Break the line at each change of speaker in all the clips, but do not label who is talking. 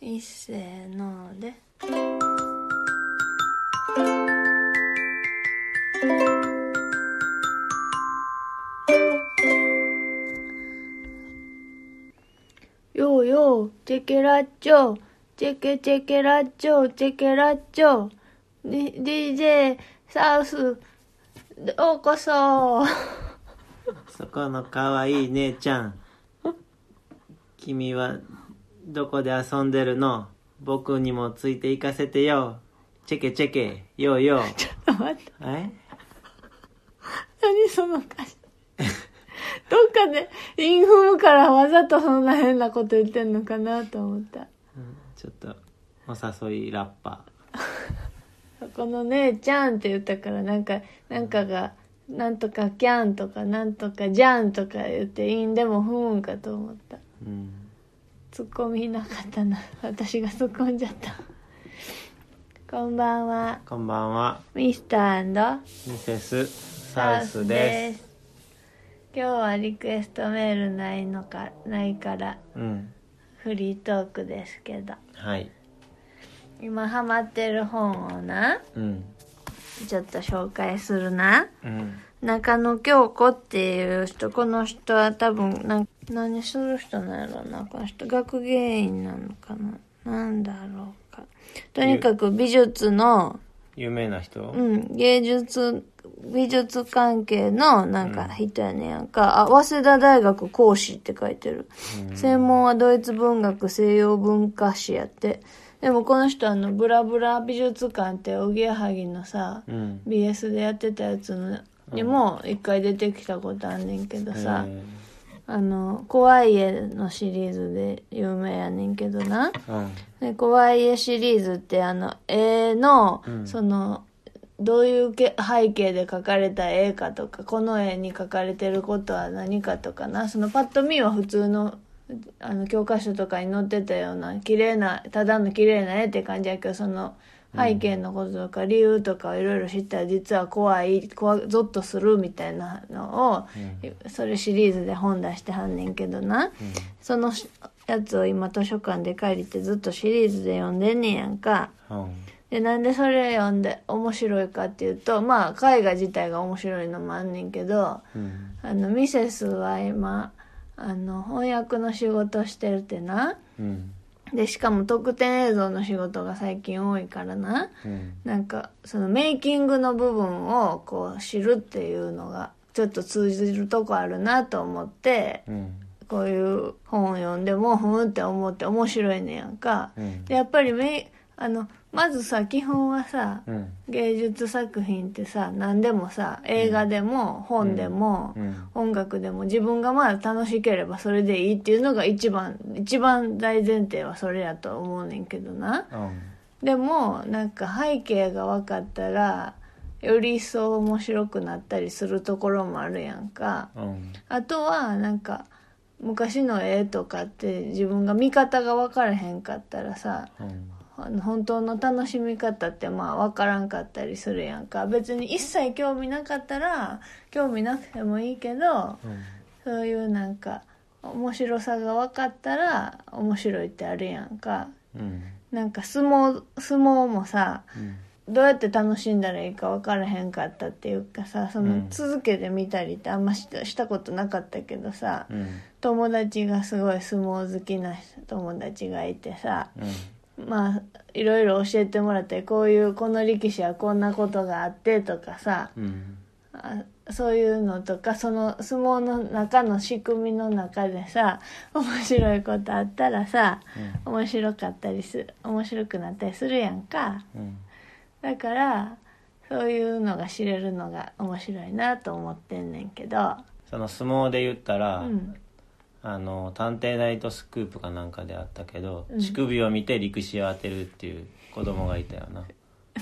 いっせーのでようようチェケラッチョチェケチェケラッチョチェケラッチョ D- DJ サウスようこそ
そこのかわいい姉ちゃん。君はどこで遊んでるの僕にもついて行かせてよ。チェケチェケ、ようよう。
ちょっと 待って
え
何その歌詞どっかでインフムからわざとそんな変なこと言ってんのかなと思った
うんちょっと、お誘いラッパ
そこの「姉ちゃん」って言ったからなんかなんかが「なんとかキャン」とか「なんとかじゃん」とか言って「インでもふん」かと思った
ー。うん。
ツッコミなかったな私が突っ込んじゃったこんばんは
こんばんは、
ミスター
ミセス・サウス
で
です。
す今日はリクエストメールないのかないから
うん。
フリートークですけど
はい。
今ハマってる本をな
うん。
ちょっと紹介するな
うん。
中野京子っていう人この人は多分なん何する人なんやろうなこの人学芸員なのかななんだろうかとにかく美術の、
有名な人、
うん、芸術美術関係のなんか人やねんやんか、あ早稲田大学講師って書いてる
うん
専門はドイツ文学西洋文化史やってでもこの人あのブラブラ美術館っておぎやはぎのさ、
うん。
BS でやってたやつのにも一回出てきたことあんねんけどさ、
えー
あの「怖い家」のシリーズで有名やねんけどな
うん。
で怖い家シリーズってあの絵の、
うん
そのどういうけ背景で描かれた絵かとかこの絵に描かれてることは何かとかなそのパッと見は普通のあの教科書とかに載ってたような綺麗なただの綺麗な絵って感じやけどその背景のこととか理由とかをいろいろ知ったら実は怖い怖ゾッとするみたいなのを、それシリーズで本出してはんねんけどな。そのしやつを今図書館で借りてずっとシリーズで読んでんねんやんか。
うん。うん。
で、なんでそれ読んで面白いかっていうと、まあ、絵画自体が面白いのもあんねんけど、
うん。
あの、ミセスは今、あの、翻訳の仕事してるってな。
うん。
で、しかも特典映像の仕事が最近多いからな。
うん。
なんか、そのメイキングの部分をこう知るっていうのが、ちょっと通じるとこあるなと思って、
うん。
こういう本を読んでもふんって思って面白いねやんか。
うん
でやっぱりめあのまずさ基本はさ、
うん。
芸術作品ってさ何でもさ映画でも本でも、
うん。
音楽でも自分がまあ楽しければそれでいいっていうのが一番一番大前提はそれやと思うねんけどな。
うん。
でもなんか背景が分かったらより一層面白くなったりするところもあるやんか。
うん。
あとはなんか昔の絵とかって自分が見方が分からへんかったらさ
うん。
あの本当の楽しみ方ってまあ分からんかったりするやんか別に一切興味なかったら興味なくてもいいけどそういうなんか面白さが分かったら面白いってあるやんか
うん。
なんか相撲相撲もさどうやって楽しんだらいいか分からへんかったっていうかさその
うん
続けてみたりってあんましたしたことなかったけどさ、
うん。
友達がすごい相撲好きな友達がいてさまあいろいろ教えてもらってこういうこの力士はこんなことがあってとかさ
うん。
あそういうのとかその相撲の中の仕組みの中でさ面白いことあったらさ面白かったりす面白くなったりするやんか
うん。
だからそういうのが知れるのが面白いなと思ってんねんけど
その相撲で言った
う
ら、
ん
あの探偵ナイトスクープかなんかであったけど、
うん
乳首を見て陸士を当てるっていう子供がいたよな、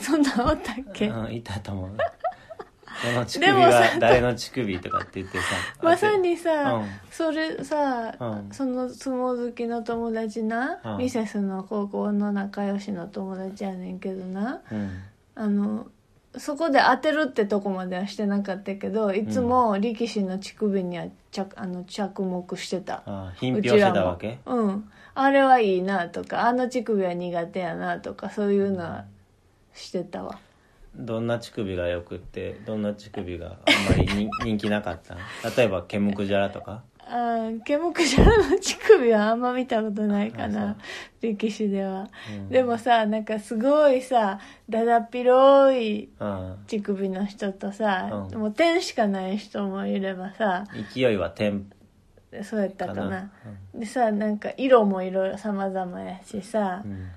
そんなんおったっけ
うん、いたと思うその乳
で
首
もさ
は誰の乳首とかって言ってさ
まさにさ、
うん
それさ、
うん
その相撲好きの友達な、
うん
ミセスの高校の仲良しの友達やねんけどな
当てうん
あのそこで当てるってとこまではしてなかったけどいつも力士の乳首には着あの着目してた
ああ品評してたわ
う
け
ちらもうんあれはいいなとかあの乳首は苦手やなとかそういうのはしてたわ
どんな乳首がよくってどんな乳首があんまり人人気なかった例えばケムクジャラとか
あーケモクジャラの乳首はあんま見たことないか
あ
な力士では、
うん
でもさなんかすごいさだだっ広い
あ
乳首の人とさ、
うん
もう点しかない人もいればさ
あ勢いは天
そうやった
か
か
な
なでさなんか色もいろいろ様々やしさ
う、んうん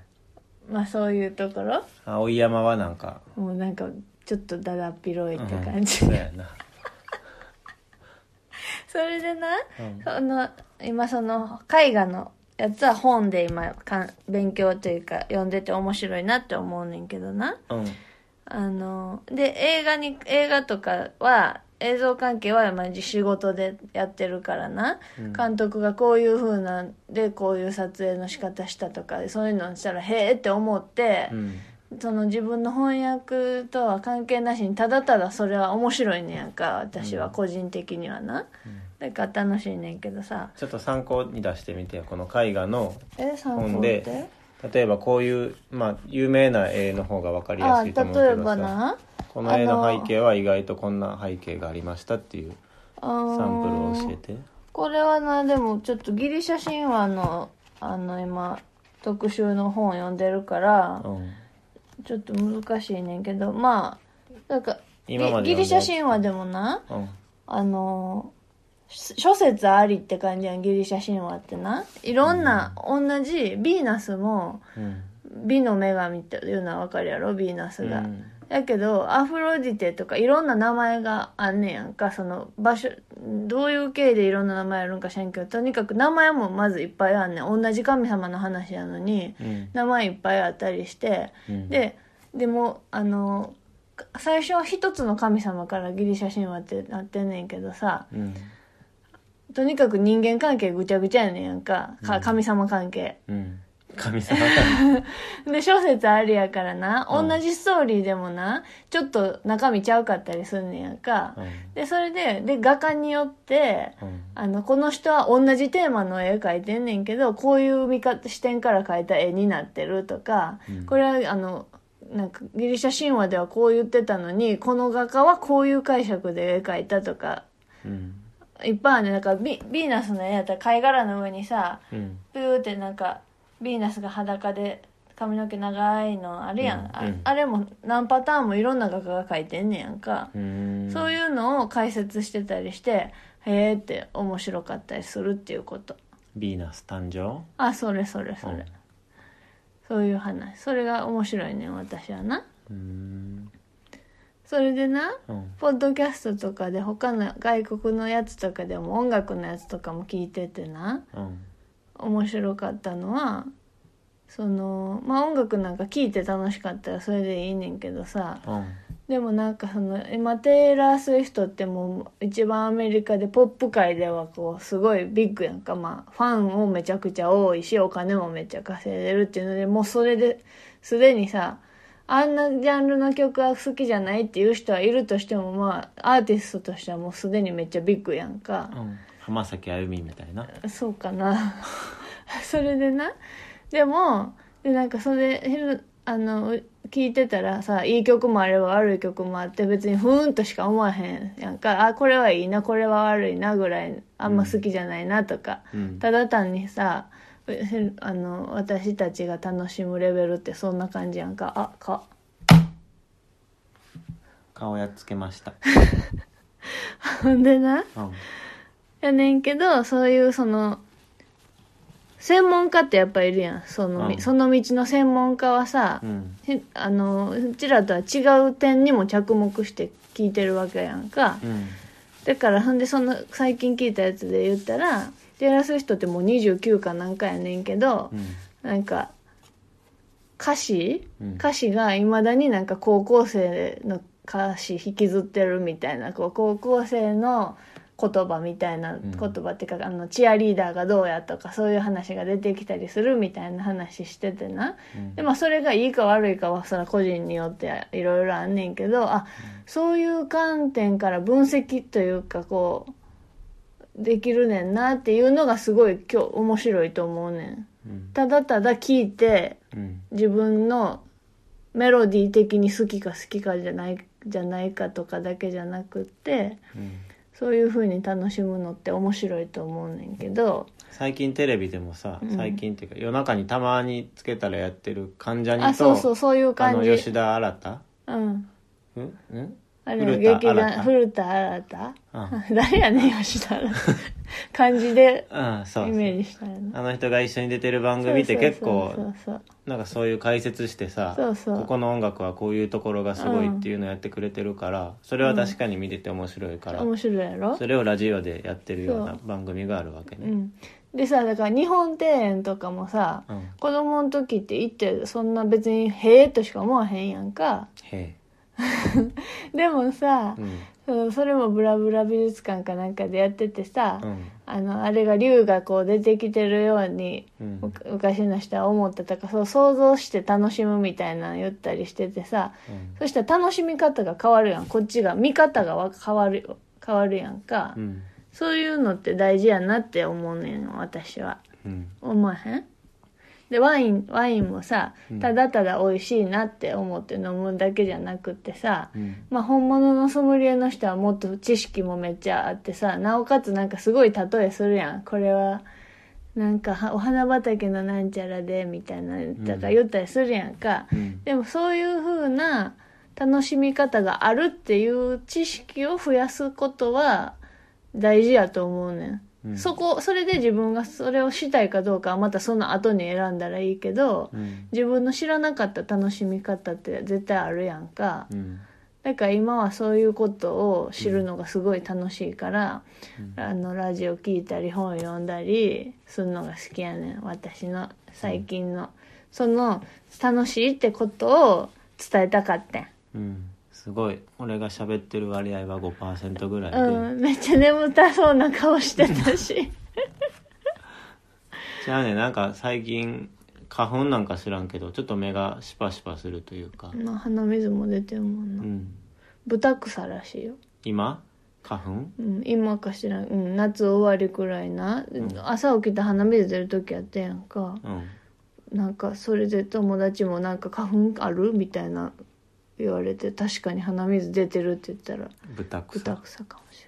まあそういうところ
青い山はなんか
もうなんかちょっとだだっ広いって感じ、
うんそうやな
それでな、
うん
その今その絵画のやつは本で今かん勉強というか読んでて面白いなって思うねんけどな
うん
あので映画に映画とかは映像関係は毎日仕事でやってるからな、
うん
監督がこういう風なんでこういう撮影の仕方したとかそういうのしたらへえって思って
う、ん
その自分の翻訳とは関係なしにただただそれは面白いねやんか私は個人的にはな、だから楽しいねんけどさ
ちょっと参考に出してみてよこの絵画の
え参考
本
っ
で
て
例えばこういう、まあ、有名な絵の方が分かりや
あ
すいと思うけ
例え
ど
ば
さ
な
この絵の背景は意外とこんな背景がありましたっていう
あのー
サンプルを教えて
これはなでもちょっとギリシャ神話のあの今特集の本読んでるから
うん
ちょっと難しいねんけどまあなんかギ
今まで
ギ
読
リ
ん
シ
だや
ャ
つ
神話でもな
うん
あのし諸説ありって感じやんギリシャ神話ってないろんな、同じヴィーナスも
うん
美の女神っていうのはわかるやろヴィーナスが、
うん
やけどアフロディテとかいろんな名前があんねやんかその場所どういう経緯でいろんな名前あるんか知らんけどとにかく名前もまずいっぱいあんねん同じ神様の話やのに
うん
名前いっぱいあったりして
うん
ででもあの最初は一つの神様からギリシャ神話ってなってんねんけどさ
うん
とにかく人間関係ぐちゃぐちゃやねんやんかか神様関係、
うん 神様だ
で小説ありやからな
うん
同じストーリーでもなちょっと中身ちゃうかったりすんねんやんか、
うん
でそれでで画家によって
うん
あのこの人は同じテーマの絵描いてんねんけどこういう見方視点から描いた絵になってるとか、
うん
これはあのなんかギリシャ神話ではこう言ってたのにこの画家はこういう解釈で絵描いたとか
うん
いっぱいあるねなんかビヴィーナスの絵やったら貝殻の上にさ
うん
プーってなんかヴィーナスが裸で髪の毛長いのあるやん、
うん
あ
うん
あれも何パターンもいろんな画家が描いてんねやんか、
うん
そういうのを解説してたりしてへえって面白かったりするっていうこと
ヴィーナス誕生
あそれそれそれ、そういう話それが面白いねん私はな
うん
それでな
うん
ポッドキャストとかで他の外国のやつとかでも音楽のやつとかも聞いててな
うん
面白かったのはそのまあ音楽なんか聴いて楽しかったらそれでいいねんけどさ
うん
でもなんかその今テイラー・スウィフトってもう一番アメリカでポップ界ではこうすごいビッグやんかまあファンもめちゃくちゃ多いしお金もめっちゃ稼いでるっていうのでもうそれですでにさあんなジャンルの曲は好きじゃないっていう人はいるとしてもまあアーティストとしてはもうすでにめっちゃビッグやんか。
うん浜崎あゆみみたいな
そうかな それでなでもでなんかそれひろあのう聞いてたらさいい曲もあれば悪い曲もあって別にふーんとしか思わへんやんかあこれはいいなこれは悪いなぐらいあんま好きじゃないなとか、
うん
ただ単にさうひあの私たちが楽しむレベルってそんな感じやんかあか
顔やっつけました
ほんでな
うん
やねんけどそういうその専門家ってやっぱいるやんそのみ、
うん
その道の専門家はさ、
うん
ひあのうちらとは違う点にも着目して聞いてるわけやんか、
うん
だからほんでその最近聞いたやつで言ったらテイラー・スウィフトってもう29かなんかやねんけど
う、ん
なんか歌詞、
うん
歌詞がいまだになんか高校生の歌詞引きずってるみたいなこう高校生の言葉みたいな言葉っていうか、あのチアリーダーがどうやとかそういう話が出てきたりするみたいな話しててな、
うん
でまあそれがいいか悪いかはその個人によっていろいろあんねんけどあそういう観点から分析というかこうできるねんなっていうのがすごい今日面白いと思うねん。
うん
ただただ聞いて
うん
自分のメロディー的に好きか好きかじゃないじゃないかとかだけじゃなくって
うん
そういう風に楽しむのって面白いと思うねんけど、
最近テレビでもさ
うん
最近っていうか夜中にたまにつけたらやってる患者にと
あそうそうそういう
あ
感
の
じ
吉田新太
うん
うんん
あれは
古田
劇
新
団
太
古田新太
あ
誰やねん吉田新太感じで
あそう
イメージしたらな
あの人が一緒に出てる番組って結
そ
構
うそうそう
なんかそういう解説してさ
そうそう
ここの音楽はこういうところがすごいっていうのやってくれてるからそれは確かに見てて面白いか
そう
ら、
面白いやろ
それをラジオでやってるような
そ
番組があるわけ
う
ね。
んでさだから日本庭園とかもさ、
うん、へ
子供の時って行ってそんな別に「へえ」としか思わへんやんか
え、
でもさ
う、ん
そのそれもブラブラ美術館かなんかでやっててさ、
うん
あのあれが龍がこう出てきてるように
うん
む昔の人は思ってたかそう想像して楽しむみたいなの言ったりしててさ
うん
そしたら楽しみ方が変わるやんこっちが見方がわ変わる変わるやんか、
うん
そういうのって大事やなって思うねん私は。
うん
思わへんでワインワインもさ
うん
ただただ美味しいなって思って飲むだけじゃなくってさ、
うん
まあ本物のソムリエの人はもっと知識もめっちゃあってさなおかつなんかすごい例えするやんこれはなんかはお花畑のなんちゃらでみたいなとか言ったりするやんか、
うん
でもそういう風な楽しみ方があるっていう知識を増やすことは大事やと思うねん、
うん
そこそれで自分がそれをしたいかどうかはまたその後に選んだらいいけど、
うん
自分の知らなかった楽しみ方って絶対あるやんか、
うん
だから今はそういうことを知るのがすごい楽しいから、あのラジオ聞いたり本読んだりするのが好きやねん私の最近の、その楽しいってことを伝えたかってん
うんすごい俺が喋ってる割合は5%ぐらいで、
うんめっちゃ眠たそうな顔してたし
じゃあねなんか最近花粉なんか知らんけどちょっと目がシパシパするというか、
まあ鼻水も出てるもん
う
な、
ん、
豚草らしいよ、
今花粉
うん、今かしらん、うん、夏終わりくらいな、
ん
朝起きて鼻水出る時やってやんか、
うん
なんかそれで友達もなんか花粉あるみたいな言われて確かに鼻水出てるって言ったら
豚
ブタ
草
クサかもし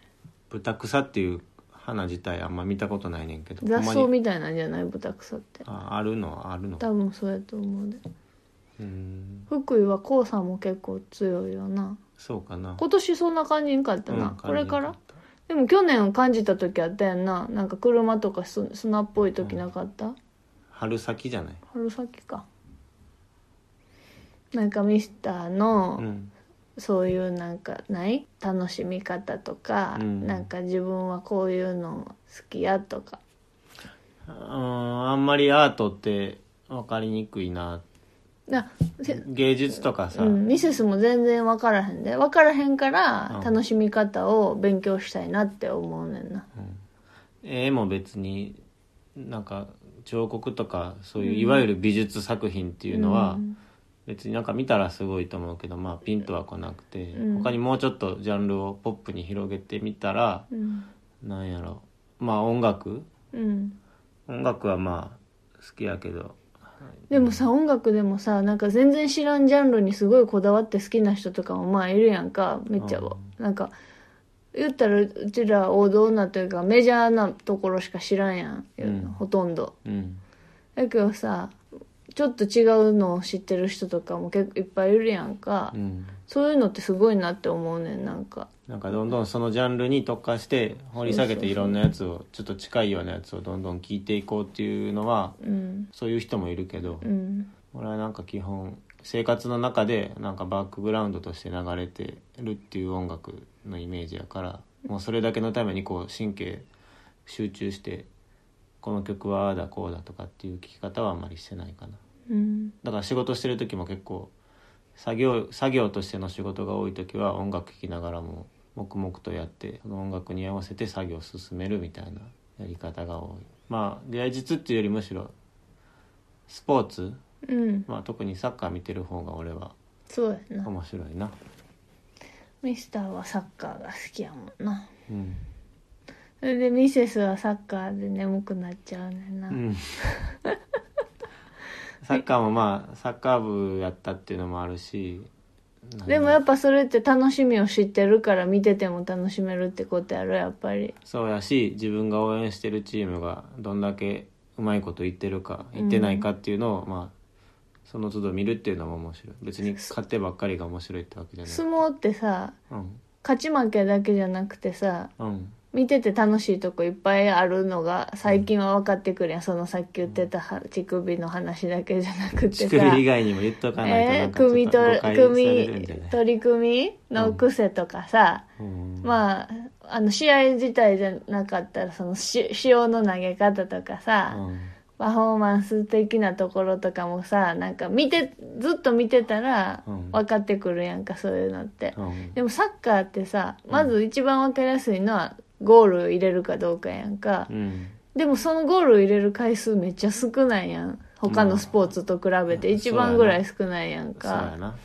豚草っていう花自体あんま見たことないねんけど
れない雑
ほ
草
んまに
みたいなんじゃないブタクサって
ああるのあるの
多分そうやと思うで
うん
福井は黄砂も結構強いよな
そうかな
今年そんな感じんかったな、
うん
これから
感じだっ
でも去年感じた時あったやんななんか車とかす砂っぽい時なかった、
た春先じゃない
春先かなんかミスターの、
うん
そういうなんかない楽しみ方とか、
うん
なんか自分はこういうの好きやとか
あーあんまりアートって分かりにくいな
なせ
芸術とかさ、
うん、ミセスも全然分からへんで分からへんか
う
ら
ん
楽しみ方を勉強したいなって思うねんな、
絵も別になんか彫刻とかそういういわゆる美術作品っていうのは
うん
別になんか見たらすごいと思うけど、まあ、ピンとは来なくて、
うん
他にもうちょっとジャンルをポップに広げてみたら
うん
なんやろまあ音楽
うん、
音楽はまあ好きやけど
でもさ音楽でもさなんか全然知らんジャンルにすごいこだわって好きな人とかもまあいるやんかめっちゃ、
うん
なんか言ったらうちら王道なというかメジャーなところしか知らんやん、
うん
ほとんど
うん
だけどさちょっと違うのを知ってる人とかも結構いっぱいいるやんか、
うん
そういうのってすごいなって思うねんなんか
なんかどんどんそのジャンルに特化して掘り下げ
そうそう
て
そう
いろんなやつをちょっと近いようなやつをどんどん聞いていこうっていうのは
うん
そういう人もいるけど、
うん
俺はなんか基本生活の中でなんかバックグラウンドとして流れてるっていう音楽のイメージやからもうそれだけのためにこう神経集中してこの曲はああだこうだとかっていう聴き方はあんまりしてないかな
うん
だから仕事してる時も結構作業作業としての仕事が多い時は音楽聴きながらも黙々とやってその音楽に合わせて作業を進めるみたいなやり方が多いまあ芸術っていうよりむしろスポーツ、
うん
まあ、特にサッカー見てる方が俺は
そうやな
面白いな
ミスターはサッカーが好きやもんな
うん、
それでミセスはサッカーで眠くなっちゃうねんな、
うん、サッカーもまあサッカー部やったっていうのもあるし
でもやっぱそれって楽しみを知ってるから見てても楽しめるってことやろやっぱり
そうやし自分が応援してるチームがどんだけうまいこと言ってるか言ってないかっていうのを、まあその都度見るっていうのも面白い別に勝手ばっかりが面白いってわけじゃない
相撲ってさ
うん
勝ち負けだけじゃなくてさ
うん
見てて楽しいとこいっぱいあるのが最近は分かってくるやんそのさっき言ってたは乳首の話だけじゃなくて
乳
さ
首以外にも言っとかないと
え
な
ー
んかちょっと
組
誤
と
解されるん
組
じゃない、
取り組みの癖とかさ、
うん
まああの試合自体じゃなかったらそのし塩の投げ方とかさ、
うん
パフォーマンス的なところとかもさなんか見てずっと見てたら
うん
分かってくるやんか、そういうのって、
うん
でもサッカーってさまず一番分かりやすいのはゴール入れるかどうかやんか、
うん
でもそのゴール入れる回数めっちゃ少ないやん他のスポーツと比べて
うん
一番ぐらい少ないやん
そうや
か、
な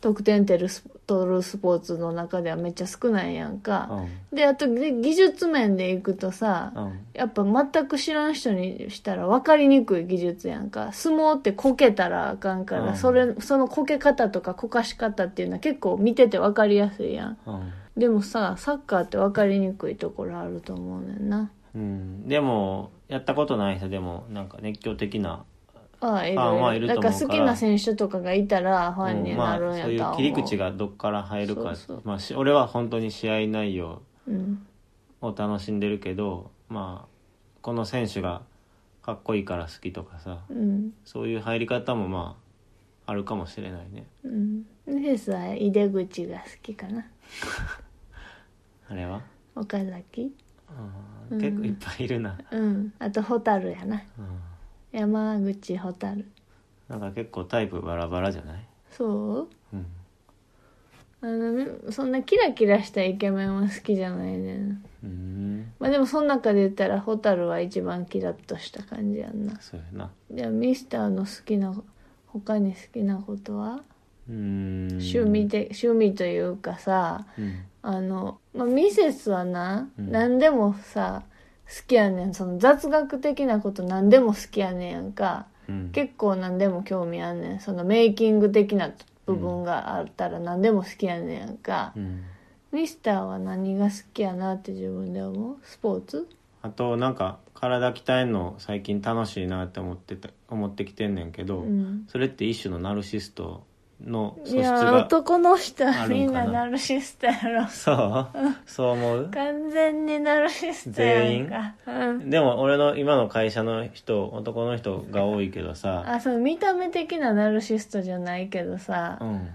得点取るス取るスポーツの中ではめっちゃ少ないやん
う
か、
ん
であとぎ技術面でいくとさ、
うん
やっぱ全く知らん人にしたら分かりにくい技術やんか相撲ってこけたらあかんから、
うん
それそのこけ方とかこかし方っていうのは結構見てて分かりやすいやん
うん
でもさサッカーって分かりにくいところあると思うねんな
うんでもやったことない人でもなんか熱狂的な
ああい
ファン
ろ
はいい
ろ
る
だ
と
から
思うから
好きな選手とかがいたらファンになるんや
うん
と
まあ、
は
そういう切り
思う
口がどっから入るか
そうそう
まあ、し俺は本当に試合内容
うん
を楽しんでるけど、まあ、この選手がかっこいいから好きとかさ
うん
そういう入り方もまああるかもしれないね
うんミセスは井出口が好きかな
あれは、
岡崎
う
う
ん
ん
結構いっぱいいるな、
うんあと蛍やな
うん
山口蛍
なんか結構タイプバラバラじゃない、
そう
うん、
あのそんなキラキラしたイケメンは好きじゃないねん
うん
まあでもその中で言ったら蛍は一番キラッとした感じやんな
そうやな
じゃあミスターの好きな他に好きなことは、
うん
趣味で趣味というかさ
うん
あの、まあ、ミセスはな、
うん
何でもさ好きやねんその雑学的なこと何でも好きやねんやんか
うん
結構何でも興味あんねんそのメイキング的な部分があったら何でも好きやねんやんか、
うん
ミスターは何が好きやなって自分で思うスポーツ
あとなんか体鍛えんの最近楽しいなって思ってた思ってきてんねんけど、
うん
それって一種のナルシストの素
い
質
や
が
男の人
あ
は
る
み
ん
ん
かな
なナルシストやろ
そうそう思う
完全にナルシストやんかうん
でも俺の今の会社の人男の人が多いけどさ、
あそう見た目的なナルシストじゃないけどさ
うん、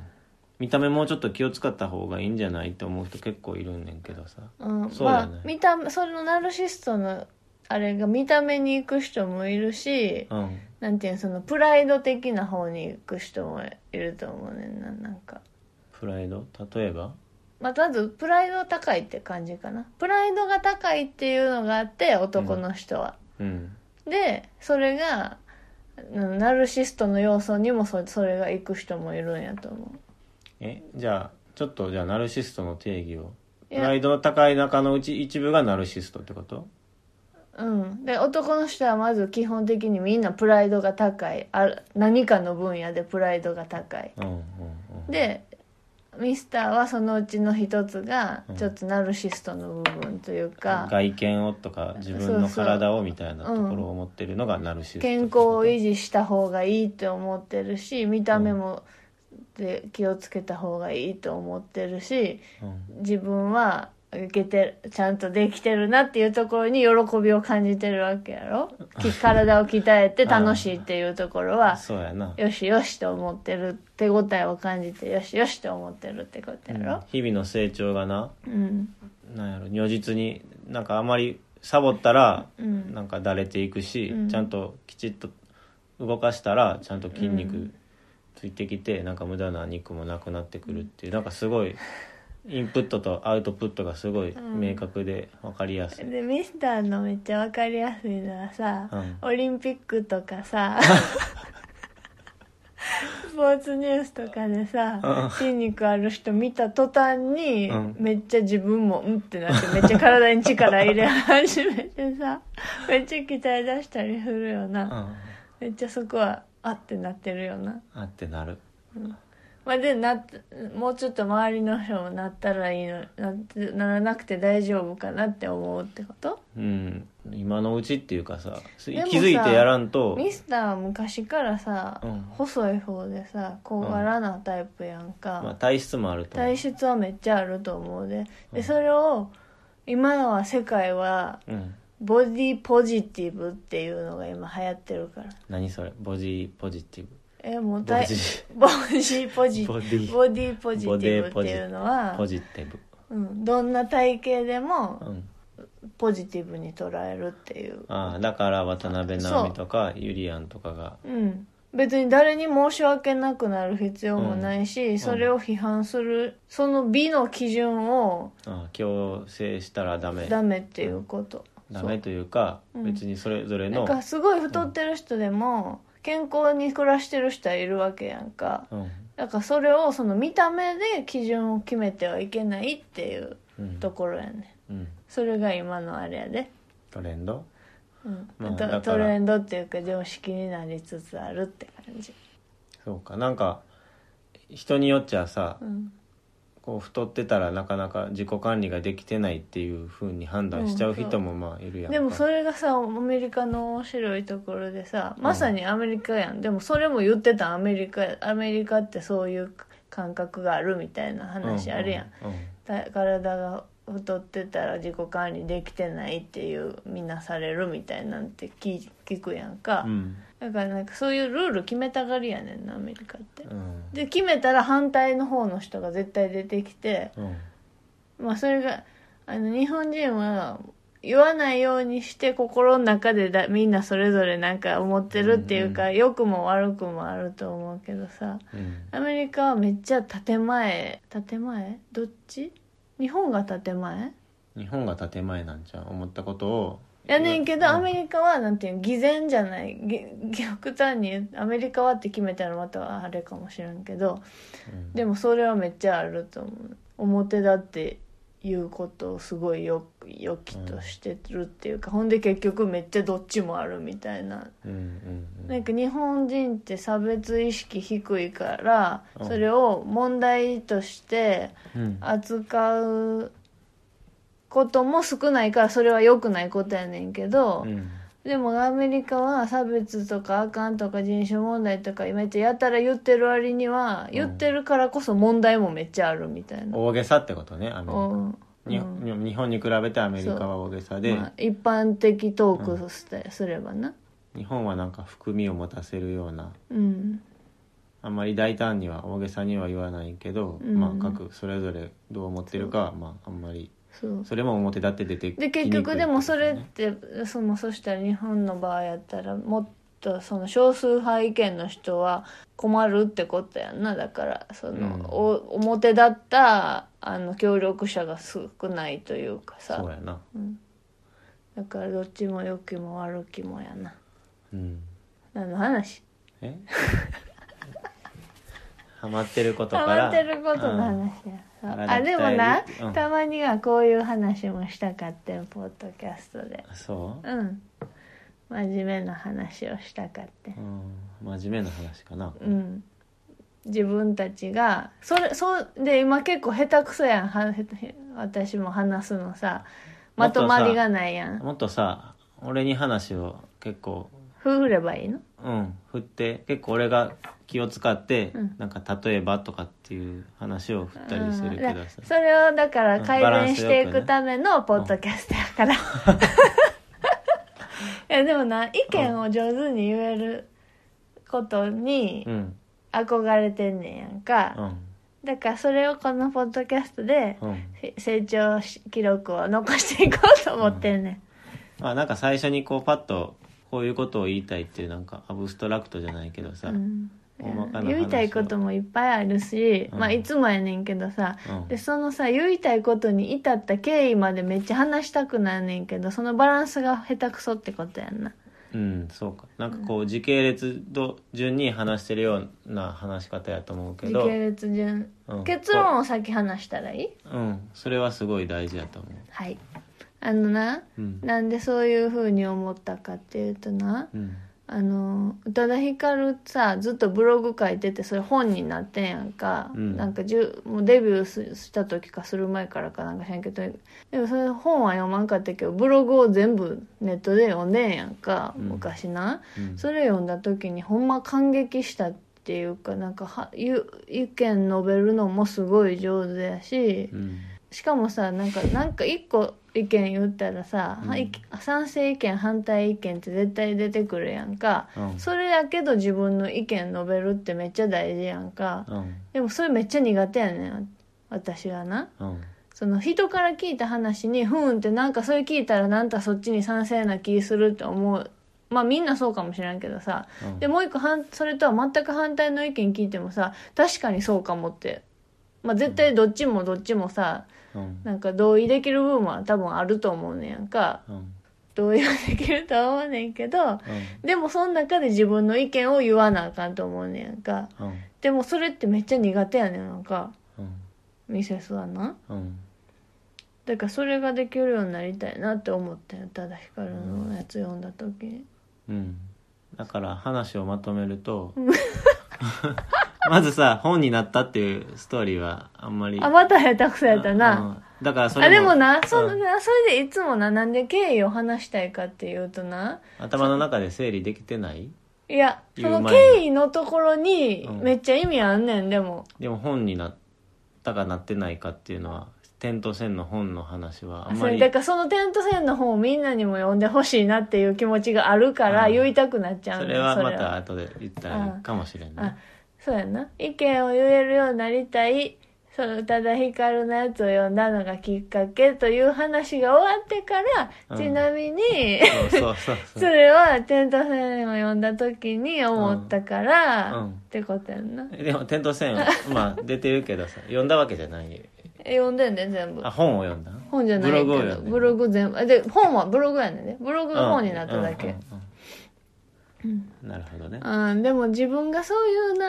見た目もうちょっと気を使った方がいいんじゃないって思う人結構いるんねんけどさ
うん、
そう
ま
だ
あ
ね
見た目そのナルシストのあれが見た目に行く人もいるし
うん
なんていうんそのプライド的な方に行く人もいると思うねんななんか
プライド例えば
まあまずプライド高いって感じかなプライドが高いっていうのがあって男の人は、
うん
でそれがうんナルシストの要素にもそそれが行く人もいるんやと思
えじゃあちょっとじゃあナルシストの定義を
い
プ
や
ライドの高い中のうち一部がナルシストってこと
ううんで男の人はまず基本的にみんなプライドが高いある何かの分野でプライドが高い
うんうんうん
でミスターはそのうちの一つが
うん
ちょっとナルシストの部分というか、
外見をとか自分の体をみたいなところを持ってるのがナルシスト
健康を維持した方がいいって思ってるし見た目もで気をつけた方がいいと思ってるし
うん
自分は受けてるちゃんとできてるなっていうところに喜びを感じてるわけやろき体を鍛えて楽しいっていうところは
そうやな、
よしよしと思ってる手応えを感じてよしよしと思ってるってことやろ
日々の成長がな
うん
なんやろ如実になんかあまりサボったら
うん
なんかだれていくし、
うん
ちゃんときちっと動かしたらちゃんと筋肉ついてきて、なんか無駄な肉もなくなってくるっていうなんかすごいインプットとアウトプットがすごい明確で分かりやすい、
でミスターのめっちゃわかりやすいのはさ、
う
オリンピックとか さスポーツニュースとかで
うん
さ筋肉ある人見た途端に、
うん
めっちゃ自分もうんってなってめっちゃ体に力入れ始めて さめっちゃ鍛え出したりするよな、
う
め
ん、
っちゃそこはあってなってるよな
あってなる
まあでなっもうちょっと周りの人もなったらいいのなってならなくて大丈夫かなって思うってこと
うん今のうちっていうかさす
でもさ
気づいてやらんと
ミスターは昔からさ、
うん
細い方でさ小柄なタイプやんか、
まあ、体質もあると思う
体質はめっちゃあると思うで
う
で
ん
それを今は世界は
うん、
ボディポジティブっていうのが今流行ってるから
何それボディポジティブ
えもう
ボ
だい
ジ
ボディポジ
ボディ
ボディポジティブっていうのは
ポジティブ、
うん、どんな体型で
う
も
ん、
ポジティブに捉えるっていう、
ああだから渡辺直美とかゆりやんとかが
うん、別に誰に申し訳なくなる必要もないし、それを批判するその美の基準を
ああ強制したらダメ
ダメっていうこと、
ダメというか、
うん
別にそれぞれ
なん
の
かすごい太ってる人でも健康に暮らしてる人はいるわけやんか
うん
だからそれをその見た目で基準を決めてはいけないっていう
うん
ところやね
うん、
それが今のあれやで
トレンド
うん
まあ
と
だから
トレンドっていうか常識になりつつあるって感じ、
そうかなんか人によっちゃさ
うん、
こう太ってたらなかなか自己管理ができてないっていうふうに判断しちゃう人もまあいるやんか、
でもそれがさアメリカの面白いところでさまさにアメリカやん、でもそれも言ってたアメリカアメリカってそういう感覚があるみたいな話あるやん、
うんうん
た体が太ってたら自己管理できてないっていうみなされるみたいなんて聞聞くやんか、
うん
だからなんかそういうルール決めたがりやねんなアメリカって、
うん
で決めたら反対の方の人が絶対出てきて
うん
まあそれがあの日本人は言わないようにして心の中でだみんなそれぞれなんか思ってるっていう
うん
か
う
良、くも悪くもあると思うけどさ
うん
アメリカはめっちゃ建前建前どっち日本が建前
日本が建前なんじゃん思ったことを
やねんけど、
うん
アメリカはなんていうの偽善じゃないぎ極端にアメリカはって決めたらまたあれかもしれんけど
うん
でもそれはめっちゃあると思う表だっていうことをすごいよ良きとしてるっていうか、ほんで結局めっちゃどっちもあるみたいな
うんうんう
なん
ん
か日本人って差別意識低いから
うん
それを問題として
うん
扱うことも少ないからそれは良くないことやねんけど、
うん
でもアメリカは差別とかあかんとか人種問題とかめっちゃやたら言ってる割には
ん
言ってるからこそ問題もめっちゃあるみたいな。
大げさってことねアメリカ
うん
に
うん
日本に比べてアメリカは大げさで、
まあ、一般的トークをして、すればな。
日本はなんか含みを持たせるような
うん。
あんまり大胆には大げさには言わないけど、
うん
まあ各それぞれどう思ってるかはまああんまり
そう。
それも表立って出てき
で結局でもそれってそのそしたら日本の場合やったらもっとその少数派意見の人は困るってことやんなだからその、
うん
お表立ったあの協力者が少ないというかさ。
そうやな
うん、だからどっちも良きも悪きもやな
うん
何の話
え ハマってることか
た
ら
まってることの話や、
うん
あでもな
体鍛えるうん
たまにはこういう話もしたかってんポッドキャストで
うんそう、
うん真面目な話をしたかってん
うん、真面目な話かな
うん自分たちがそれそうで今結構下手くそやんは私も話すのさまとまりがないやん
もっとさ俺に話を結構
ふ振ればいいの
うん振って結構俺が気を使って、
うん
なんか例えばとかっていう話を振ったりするけど
うん
さ
それをだから改
バラン
善
ス
し
よく
て
ね
いくためのポッドキャストやから、 いやでもな意見を上手に言えることに
うん
憧れてんねんやんか、
うん
だからそれをこのポッドキャストで
うん
成長し記録を残していこうと思ってんねん、
まあなんか最初にこうパッとこういうことを言いたいっていうなんかアブストラクトじゃないけどさ、
うん
大まかな話を
言いたいこともいっぱいあるし、
うん
まあいつもやねんけどさ、
うん
でそのさ言いたいことに至った経緯までめっちゃ話したくなんねんけどそのバランスが下手くそってことやんな
うんそうかなんかこう時系列と順に話してるような話し方やと思うけ
時
ど
系列順、
うん
結論を先話したらいい
うんそれはすごい大事やと思
はいあのな
ううん
なんでそういうふうに思ったかっていうとな
うん
あの宇多田ヒカルさずっとブログ書いててそれ本になってんやんか、
うん
なんかじゅもうデビューすした時かする前からかなんか知らんけどでもそれ本は読まんかったけどブログを全部ネットで読んでんやんか
うん
昔な、
うん
それ読んだ時にほんま感激したっていうかなんかはゆ意見述べるのもすごい上手やし、
うん
しかもさなんかなんか一個意見言ったらさ、
うん
はい賛成意見反対意見って絶対出てくるやんか、
うん
それやけど自分の意見述べるってめっちゃ大事やんか、
うん
でもそれめっちゃ苦手やねん私はな
うん
その人から聞いた話にふーんってなんかそれ聞いたらなんかそっちに賛成な気するって思うまあみんなそうかもしれんけどさ
うん
でもう一個反それとは全く反対の意見聞いてもさ確かにそうかもってまあ絶対どっちもどっちもさ
うん
なんか同意できる部分は多分あると思うねんやんか
うん
同意はできるとは思うねんけどでもその中で自分の意見を言わなあかんと思うねんやんか
うん
でもそれってめっちゃ苦手やねんなんか
うん
ミセスはな
うん
だからそれができるようになりたいなって思ってん宇多田ヒカルのやつ読んだ時に
うんだから話をまとめるとまずさ本になったっていうストーリーはあんまり
あまた下手くそやったな、
うんだからそれ
あでもなそ,、
うん
んなそれでいつもななんで経緯を話したいかっていうとな
頭の中で整理できてない
いやそ
言う
の
前に
経緯のところに
うん
めっちゃ意味あんねんでも
でも本になったかなってないかっていうのは点と線の本の話はあん
そ
ま
れ
り
だからそのテント線の本をみんなにも読んでほしいなっていう気持ちがあるから
うん
言いたくなっちゃう
そ
の
れはま
それ
た
は
後で言ったらいいかもしれん
あ
ね
そうやな意見を言えるようになりたいその宇多田ヒカルのやつを読んだのがきっかけという話が終わってから、
うん
ちなみに
そうそうそう
そ
そう
れはテント線を読んだ時に思ったから、
うんうん
ってことやんな
でも点と線はまあ出てるけどさ読んだわけじゃない
え読んでんね全部
あ本を読んだ
本じゃないけど
ブログを読んで
ブログ全部あで本はブログやねんねブログが本になっただけ、
うんうんうんうんなるほどね
うん、でも自分がそういうな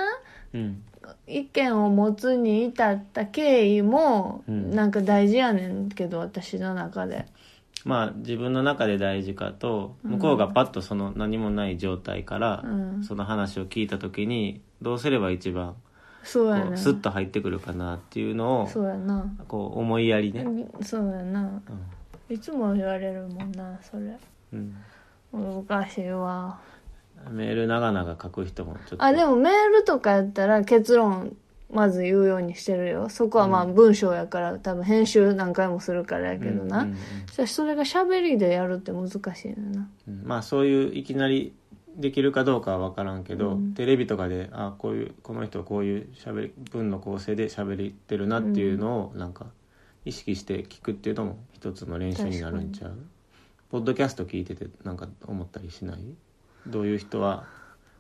うん
意見を持つに至った経緯も、
うん
なんか大事やねんけど私の中で
まあ自分の中で大事かと向こうがパッとその何もない状態から
うん
その話を聞いた時にどうすれば一番
そうやな
こうスッと入ってくるかなっていうのを
そうやな
こう思いやり
う
ね、
んそうやな
うん
いつも言われるもんなそれ
うん
難しいわ
メール長々書く人もちょっと
あでもメールとかやったら結論まず言うようにしてるよそこはまあ文章やから、多分編集何回もするからやけどな、
うんうん
しかしそれが喋りでやるって難しいねんな
うんうんまあそういういきなりできるかどうかは分からんけど、
うん
テレビとかであこういうこの人はこういうしゃべり文の構成で喋ってるなっていうのをなんか意識して聞くっていうのも一つの練習になるんちゃうポッドキャスト聞いててなんか思ったりしないどういう人は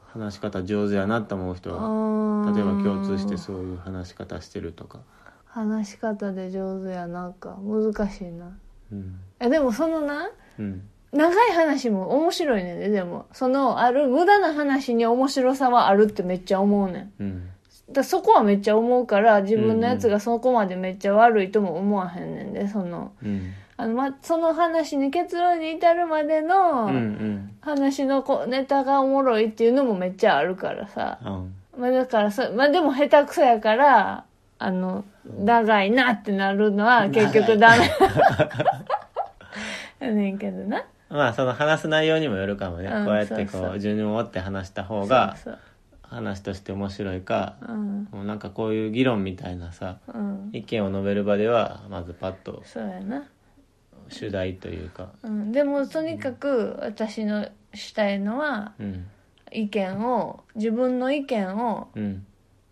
話し方上手やなと思う人
例え
は例えば共通してそういう話し方してるとか
話し方で上手やなんか難しいな
うん
えでもそのな
うん
長い話も面白いねんででもそのある無駄な話に面白さはあるってめっちゃ思うねん
うん
だからそこはめっちゃ思うから自分のやつがそこまでめっちゃ悪いとも思わへんねんでその
うん
あの、ま、その話に結論に至るまで
うんう
の
ん
話のこうネタがおもろいっていうのもめっちゃあるからさ
うん
まあだからそ、まあでも下手くそやから、あの、長いなってなるのは結局ダメ。 やねんけどな。
まあその話す内容にもよるかもね、
うん
こうやって
そ
こ
うそう
う順を追って話した方が
そう
話として面白いか
そう。うん。
もうなんかこういう議論みたいなさ
うん。
意見を述べる場ではまずパッと
そうやな。
主題というか
うん。でもとにかく私のしたいのは、
うん
意見を、自分の意見を、
うん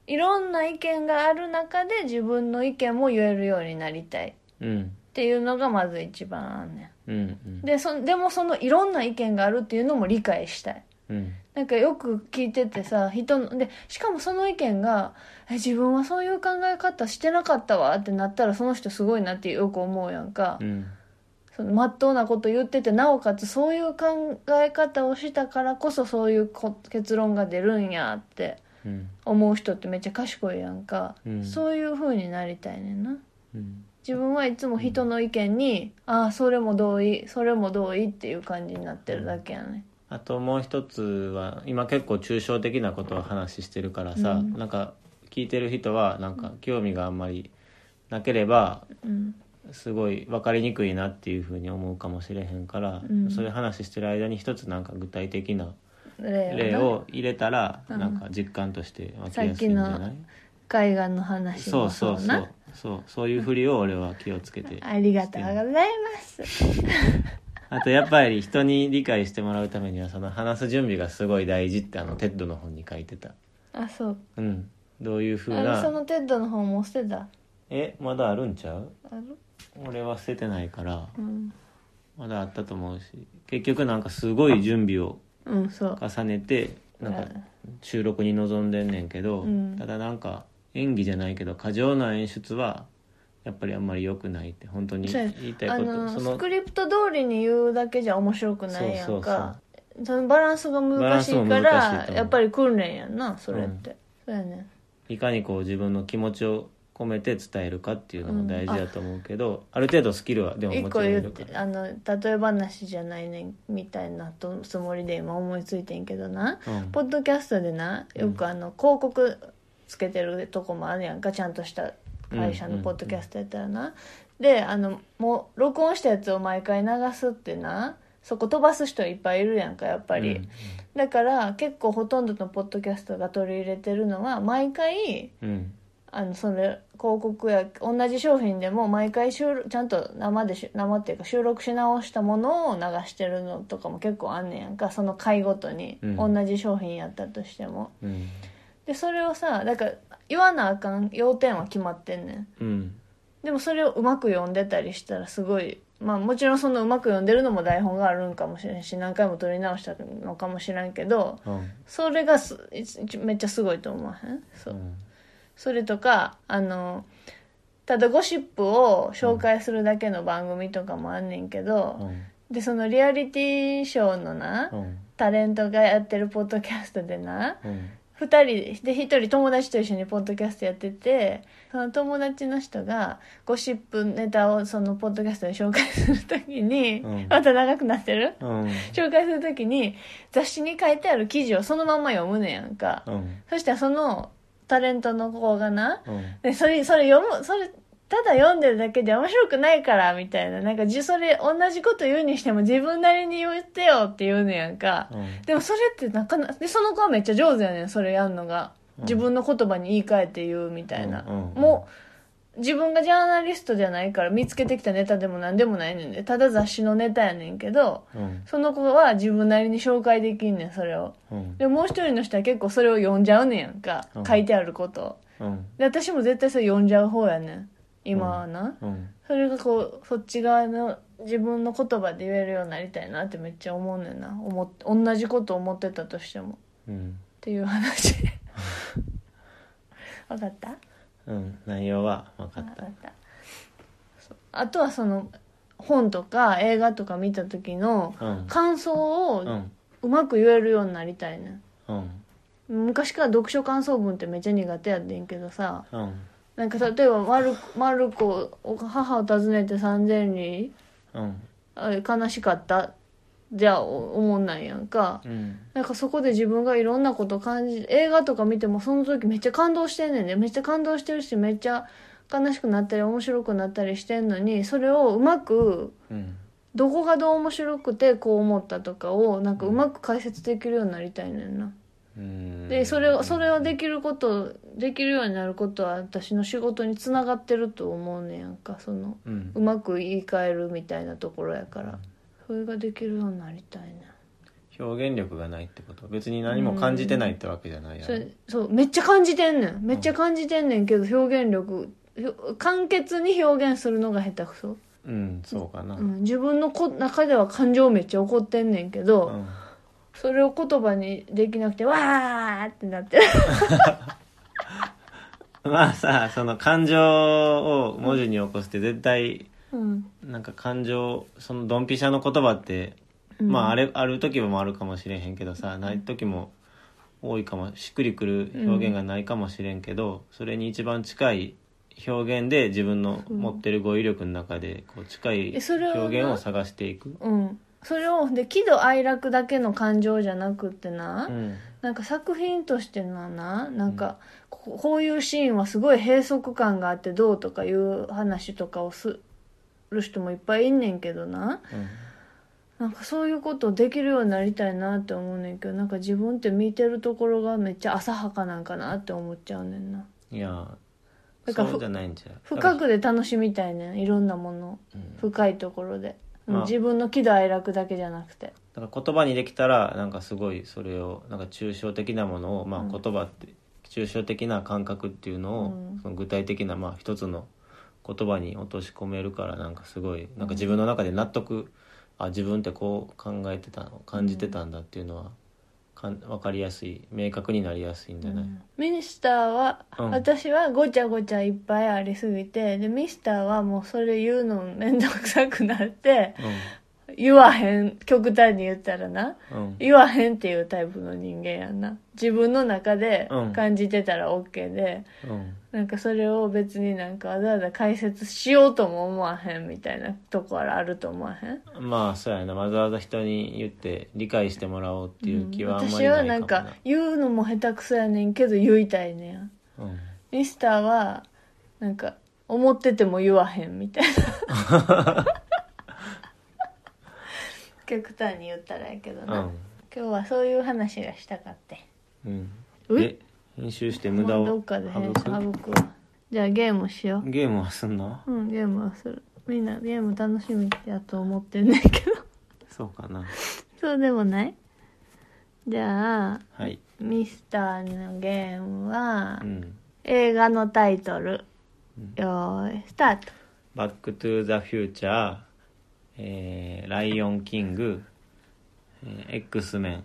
いろんな意見がある中で自分の意見も言えるようになりたい。
うん
っていうのがまず一番あんね
うんうん
ん。で、そ、でもそのいろんな意見があるっていうのも理解したい。
うん
なんかよく聞いててさ人のでしかもその意見がえ自分はそういう考え方してなかったわってなったらその人すごいなってよく思うやんか、
うん
その真っ当なこと言っててなおかつそういう考え方をしたからこそそういうこ結論が出るんやって
うん
思う人ってめっちゃ賢いやんか、
うん
そういう風になりたいねんな
うん
自分はいつも人の意見に、ああそれも同意それも同意っていう感じになってるだけやね、
あともう一つは今結構抽象的なことを話してるからさ、
うん
なんか聞いてる人はなんか興味があんまりなければ
うん、
すごい分かりにくいなっていうふうに思うかもしれへんから、
うん
そういう話してる間に一つなんか具体的な
例
例
をな
を入れたら
うん
なんか実感として分けやすいんじゃ
さ
な
っ
い、
海岸の話
そ
も
う
そ
そうう
な
そうそうそういうふりを俺は気をつけて
ありがとうございます
あとやっぱり人に理解してもらうためにはその話す準備がすごい大事ってあのテッドの本に書いてた
あそう
うんどういうふう
あれそ
な
のテッドの方も捨てた
えまだあるんちゃう
ある
俺は捨ててないから
うん、
まだあったと思うし結局なんかすごい準備を
うん、そう
重ねてなんか
うん
収録に臨んでんねんけど、
うん
ただなんか演技じゃないけど過剰な演出はやっぱりあんまり良くないって本当に
そうや
言いたい
あ
こと
の
そ
スクリプト通りに言うだけじゃ面白くないやんかそのバランスが
バラ
難
ン
し
ス
い
も
か
難しいと
ら
思う
やっぱり訓練やんなそれって、そうやね
いかにこう自分の気持ちを込めて伝えるかっていうのも大事だと思うけど、ある程度スキルはでも
一
もち
個
ろんい
言っ
るか
て
ら
あの例え話じゃないねんみたいなとつもりで今思いついてんけどな、
うん
ポッドキャストでなよくあの広告つけてるとこもあるやんかちゃんとした会社のポッドキャストやったらな、であのもう録音したやつを毎回流すってなそこ飛ばす人いっぱいいるやんかやっぱり、
うん
だから結構ほとんどのポッドキャストが取り入れてるのは毎回
うん
あのそれ広告や同じ商品でも毎回収録ちゃんと生でし生っていうか収録し直したものを流してるのとかも結構あんねやんかその回ごとに、
うん
同じ商品やったとしても
うん
でそれをさだから言わなあかん要点は決まってんねん
うん
でもそれをうまく読んでたりしたらすごいまあもちろんそのうまく読んでるのも台本があるんかもしれんし何回も撮り直したのかもしれんけど
うん
それがすいちめっちゃすごいと思わへんそううんそれとかあのただゴシップを紹介するだけの番組とかもあんねんけ
う
ど、
ん
でそのリアリティショーのな、
うん
タレントがやってるポッドキャストでな
うん
2人で1人友達と一緒にポッドキャストやっててその友達の人がゴシップネタをそのポッドキャストで紹介するときに、
うん
また長くなってる
うん
紹介するときに雑誌に書いてある記事をそのまま読むねやんか、
うん
そしたらそのタレントの子がな
うん
でそれそれ読むそれただ読んでるだけじゃ面白くないからみたいななんかじそれ同じこと言うにしても自分なりに言ってよって言うねやんか、
うん
でもそれってなかなでその子はめっちゃ上手やねんそれやんのが
うん
自分の言葉に言い換えて言うみたいな、
うんうん
もう自分がジャーナリストじゃないから見つけてきたネタでも何でもないねんでただ雑誌のネタやねんけど
うん
その子は自分なりに紹介できんねんそれを
うん
でもう一人の人は結構それを読んじゃうねんやんか、
うん
書いてあることを
うん
で私も絶対それ読んじゃう方やねん今はな、
うん
それがこうそっち側の自分の言葉で言えるようになりたいなってめっちゃ思うねんな思っ同じこと思ってたとしてもっ
うん
ていう 話わかった
うん内容は分か
わ
っ
か
た
ったそうあとはその本とか映画とか見た時の
うん
感想
う
を
ん
うまく言えるようになりたいねん
うん
昔から読書感想文ってめっちゃ苦手やってんけどさ
うん
なんか例えばマル「マルコ母を訪ねて三千里
うん
あ悲しかった」じゃあお思んないやんか
うん
なんかそこで自分がいろんなこと感じ映画とか見てもその時めっちゃ感動してんねんでめっちゃ感動してるしめっちゃ悲しくなったり面白くなったりしてんのにそれをうまく
うん
どこがどう面白くてこう思ったとかをなんかうまく解説できるようになりたいねんな。
うん
でそれをそれをできることできるようになることは私の仕事につながってると思うねやんかその
うん
うまく言い換えるみたいなところやからそれができるようになりたいね
表現力がないってこと別に何も感じてないってわけじゃないや
そ
ろ
れそうめっちゃ感じてんねんめっちゃ感じてんねんけど表現力ひょ簡潔に表現するのが下手くそ、
うんそうかな
うん、自分のこ中では感情めっちゃ起こってんねんけど、
うん
それを言葉にできなくて、わーってな ってる。
まあさその感情を文字に起こして絶対
うん。
なんか感情そのドンピシャの言葉って、まああれある時もあるかもしれへんけどさない時も多いかもしっくりくる表現がないかもしれんけど、それに一番近い表現で自分の持ってる語彙力の中でこう近い
えそれはな
表現を探していく。
うん。それを、で、喜怒哀楽だけの感情じゃなくってな、
うん
なんか作品としてのな、なんか、ここういうシーンはすごい閉塞感があってどうとかいう話とかをする人もいっぱいいんねんけどな、
うん
なんかそういうことできるようになりたいなって思うねんけど、なんか自分って見てるところがめっちゃ浅はかなんかなって思っちゃうねんな。
いや
だから
そうじゃないんじゃう
深くで楽しみたいねん、いろんなものを。
うん
深いところで。
まあ
自分の喜怒哀楽だけじゃなくて。
なんか言葉にできたらなんかすごいそれをなんか抽象的なものを、まあ、
うん
言葉って、抽象的な感覚っていう
う
のを、
ん
その具体的なまあ一つの言葉に落とし込めるからなんかすごいなんか自分の中で納得、あ自分ってこう考えてたの感じてたんだっていうのはかん分かりやすい明確になりやすいんじゃない、
ミニスターは、
うん
私はごちゃごちゃいっぱいありすぎて、で、ミスターはもうそれ言うのめんどくさくなって、言わへん、極端に言ったらな、
うんうん
言わへんっていうタイプの人間やんな。自分の中で
うん
感じてたら OK で、
うん
なんかそれを別になんかわざわざ解説しようとも思わへんみたいなとこあると思わへん
まあそうやなわざわざ人に言って理解してもらおうっていう気はあんま
私
り
は
な
ないん
かも
か言うのも下手くそやねんけど言いたいねん
な、うん
ミスターはなんか思ってても言わへんみたいな極端に言ったらやけどな、今日はそういう話がしたかって
うん。
う
うんん。え編集して無駄
まあど
を
っかで
省
省
く
く省くわじゃあゲームしよ
ゲームはすん の
ううんゲームはするみんなゲーム楽しみやと思ってんねんけど
そうかな。
そうでもないじゃあ
はい。
ミスターのゲームは、
うん。
映画のタイトル、
うん
よーいスタート
バックトゥーザフューチャー、えー、ライオンキング、えー、X メン、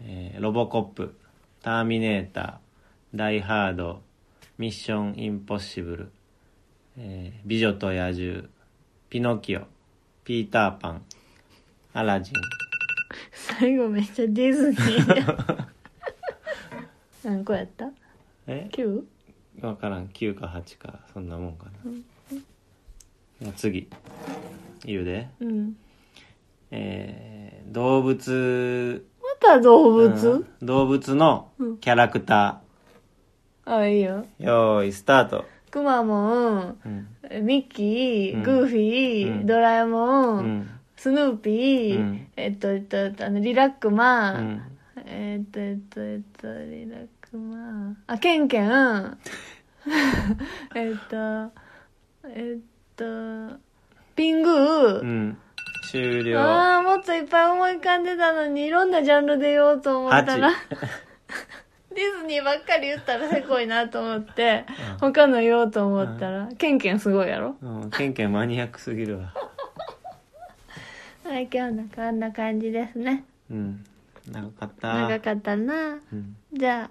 えー、ロボコップ、ターミネーター、ダイハード、ミッションインポッシブル、えー、美女と野獣、ピノキオ、ピーターパン、アラ ジン。
最後めっちゃディズニーや何個やった
え
?9?
分からん9か8かそんなもんかな、じゃあ次言うで
うん
えー動物
また動物、
うん動物のキャラクタ
あいいよ
ー、よーいスタート、
くまモン
うん
ミッキー、
うん
グーフィー、
うん
ドラえも、
うんん
スヌーピー、
うん
えっとえっとえっとあのリラックマ
う
ン、
ん
えっとえっとえっとリラックマンあケンケン えっとえっとピングー、
うん終了
ああ、もっといっぱい思い浮かんでたのに、いろんなジャンルで言おうと思ったら
8、
ディズニーばっかり言ったらせこいなと思って、他の言おうと思ったら、ケンケンすごいやろ
うん、ケンケンマニアックすぎるわ
はい、今日のこんな感じですね。
うん長かった
長かったな。
うん、
じゃあ、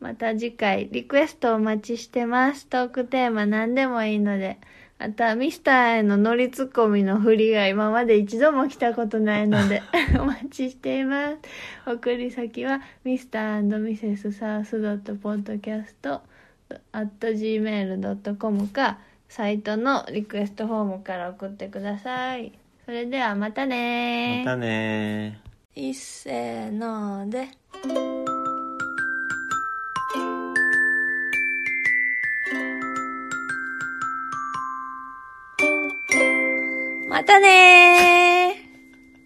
また次回、リクエストお待ちしてます。トークテーマ何でもいいので、また、ミスターへの乗りツッコミの振りが今まで一度も来たことないので、お待ちしています。送り先は、ミスターミセスサウス .podcast gmail.com か、サイトのリクエストフォームから送ってください。それではまたねー。
またねー
いっせーので。またねー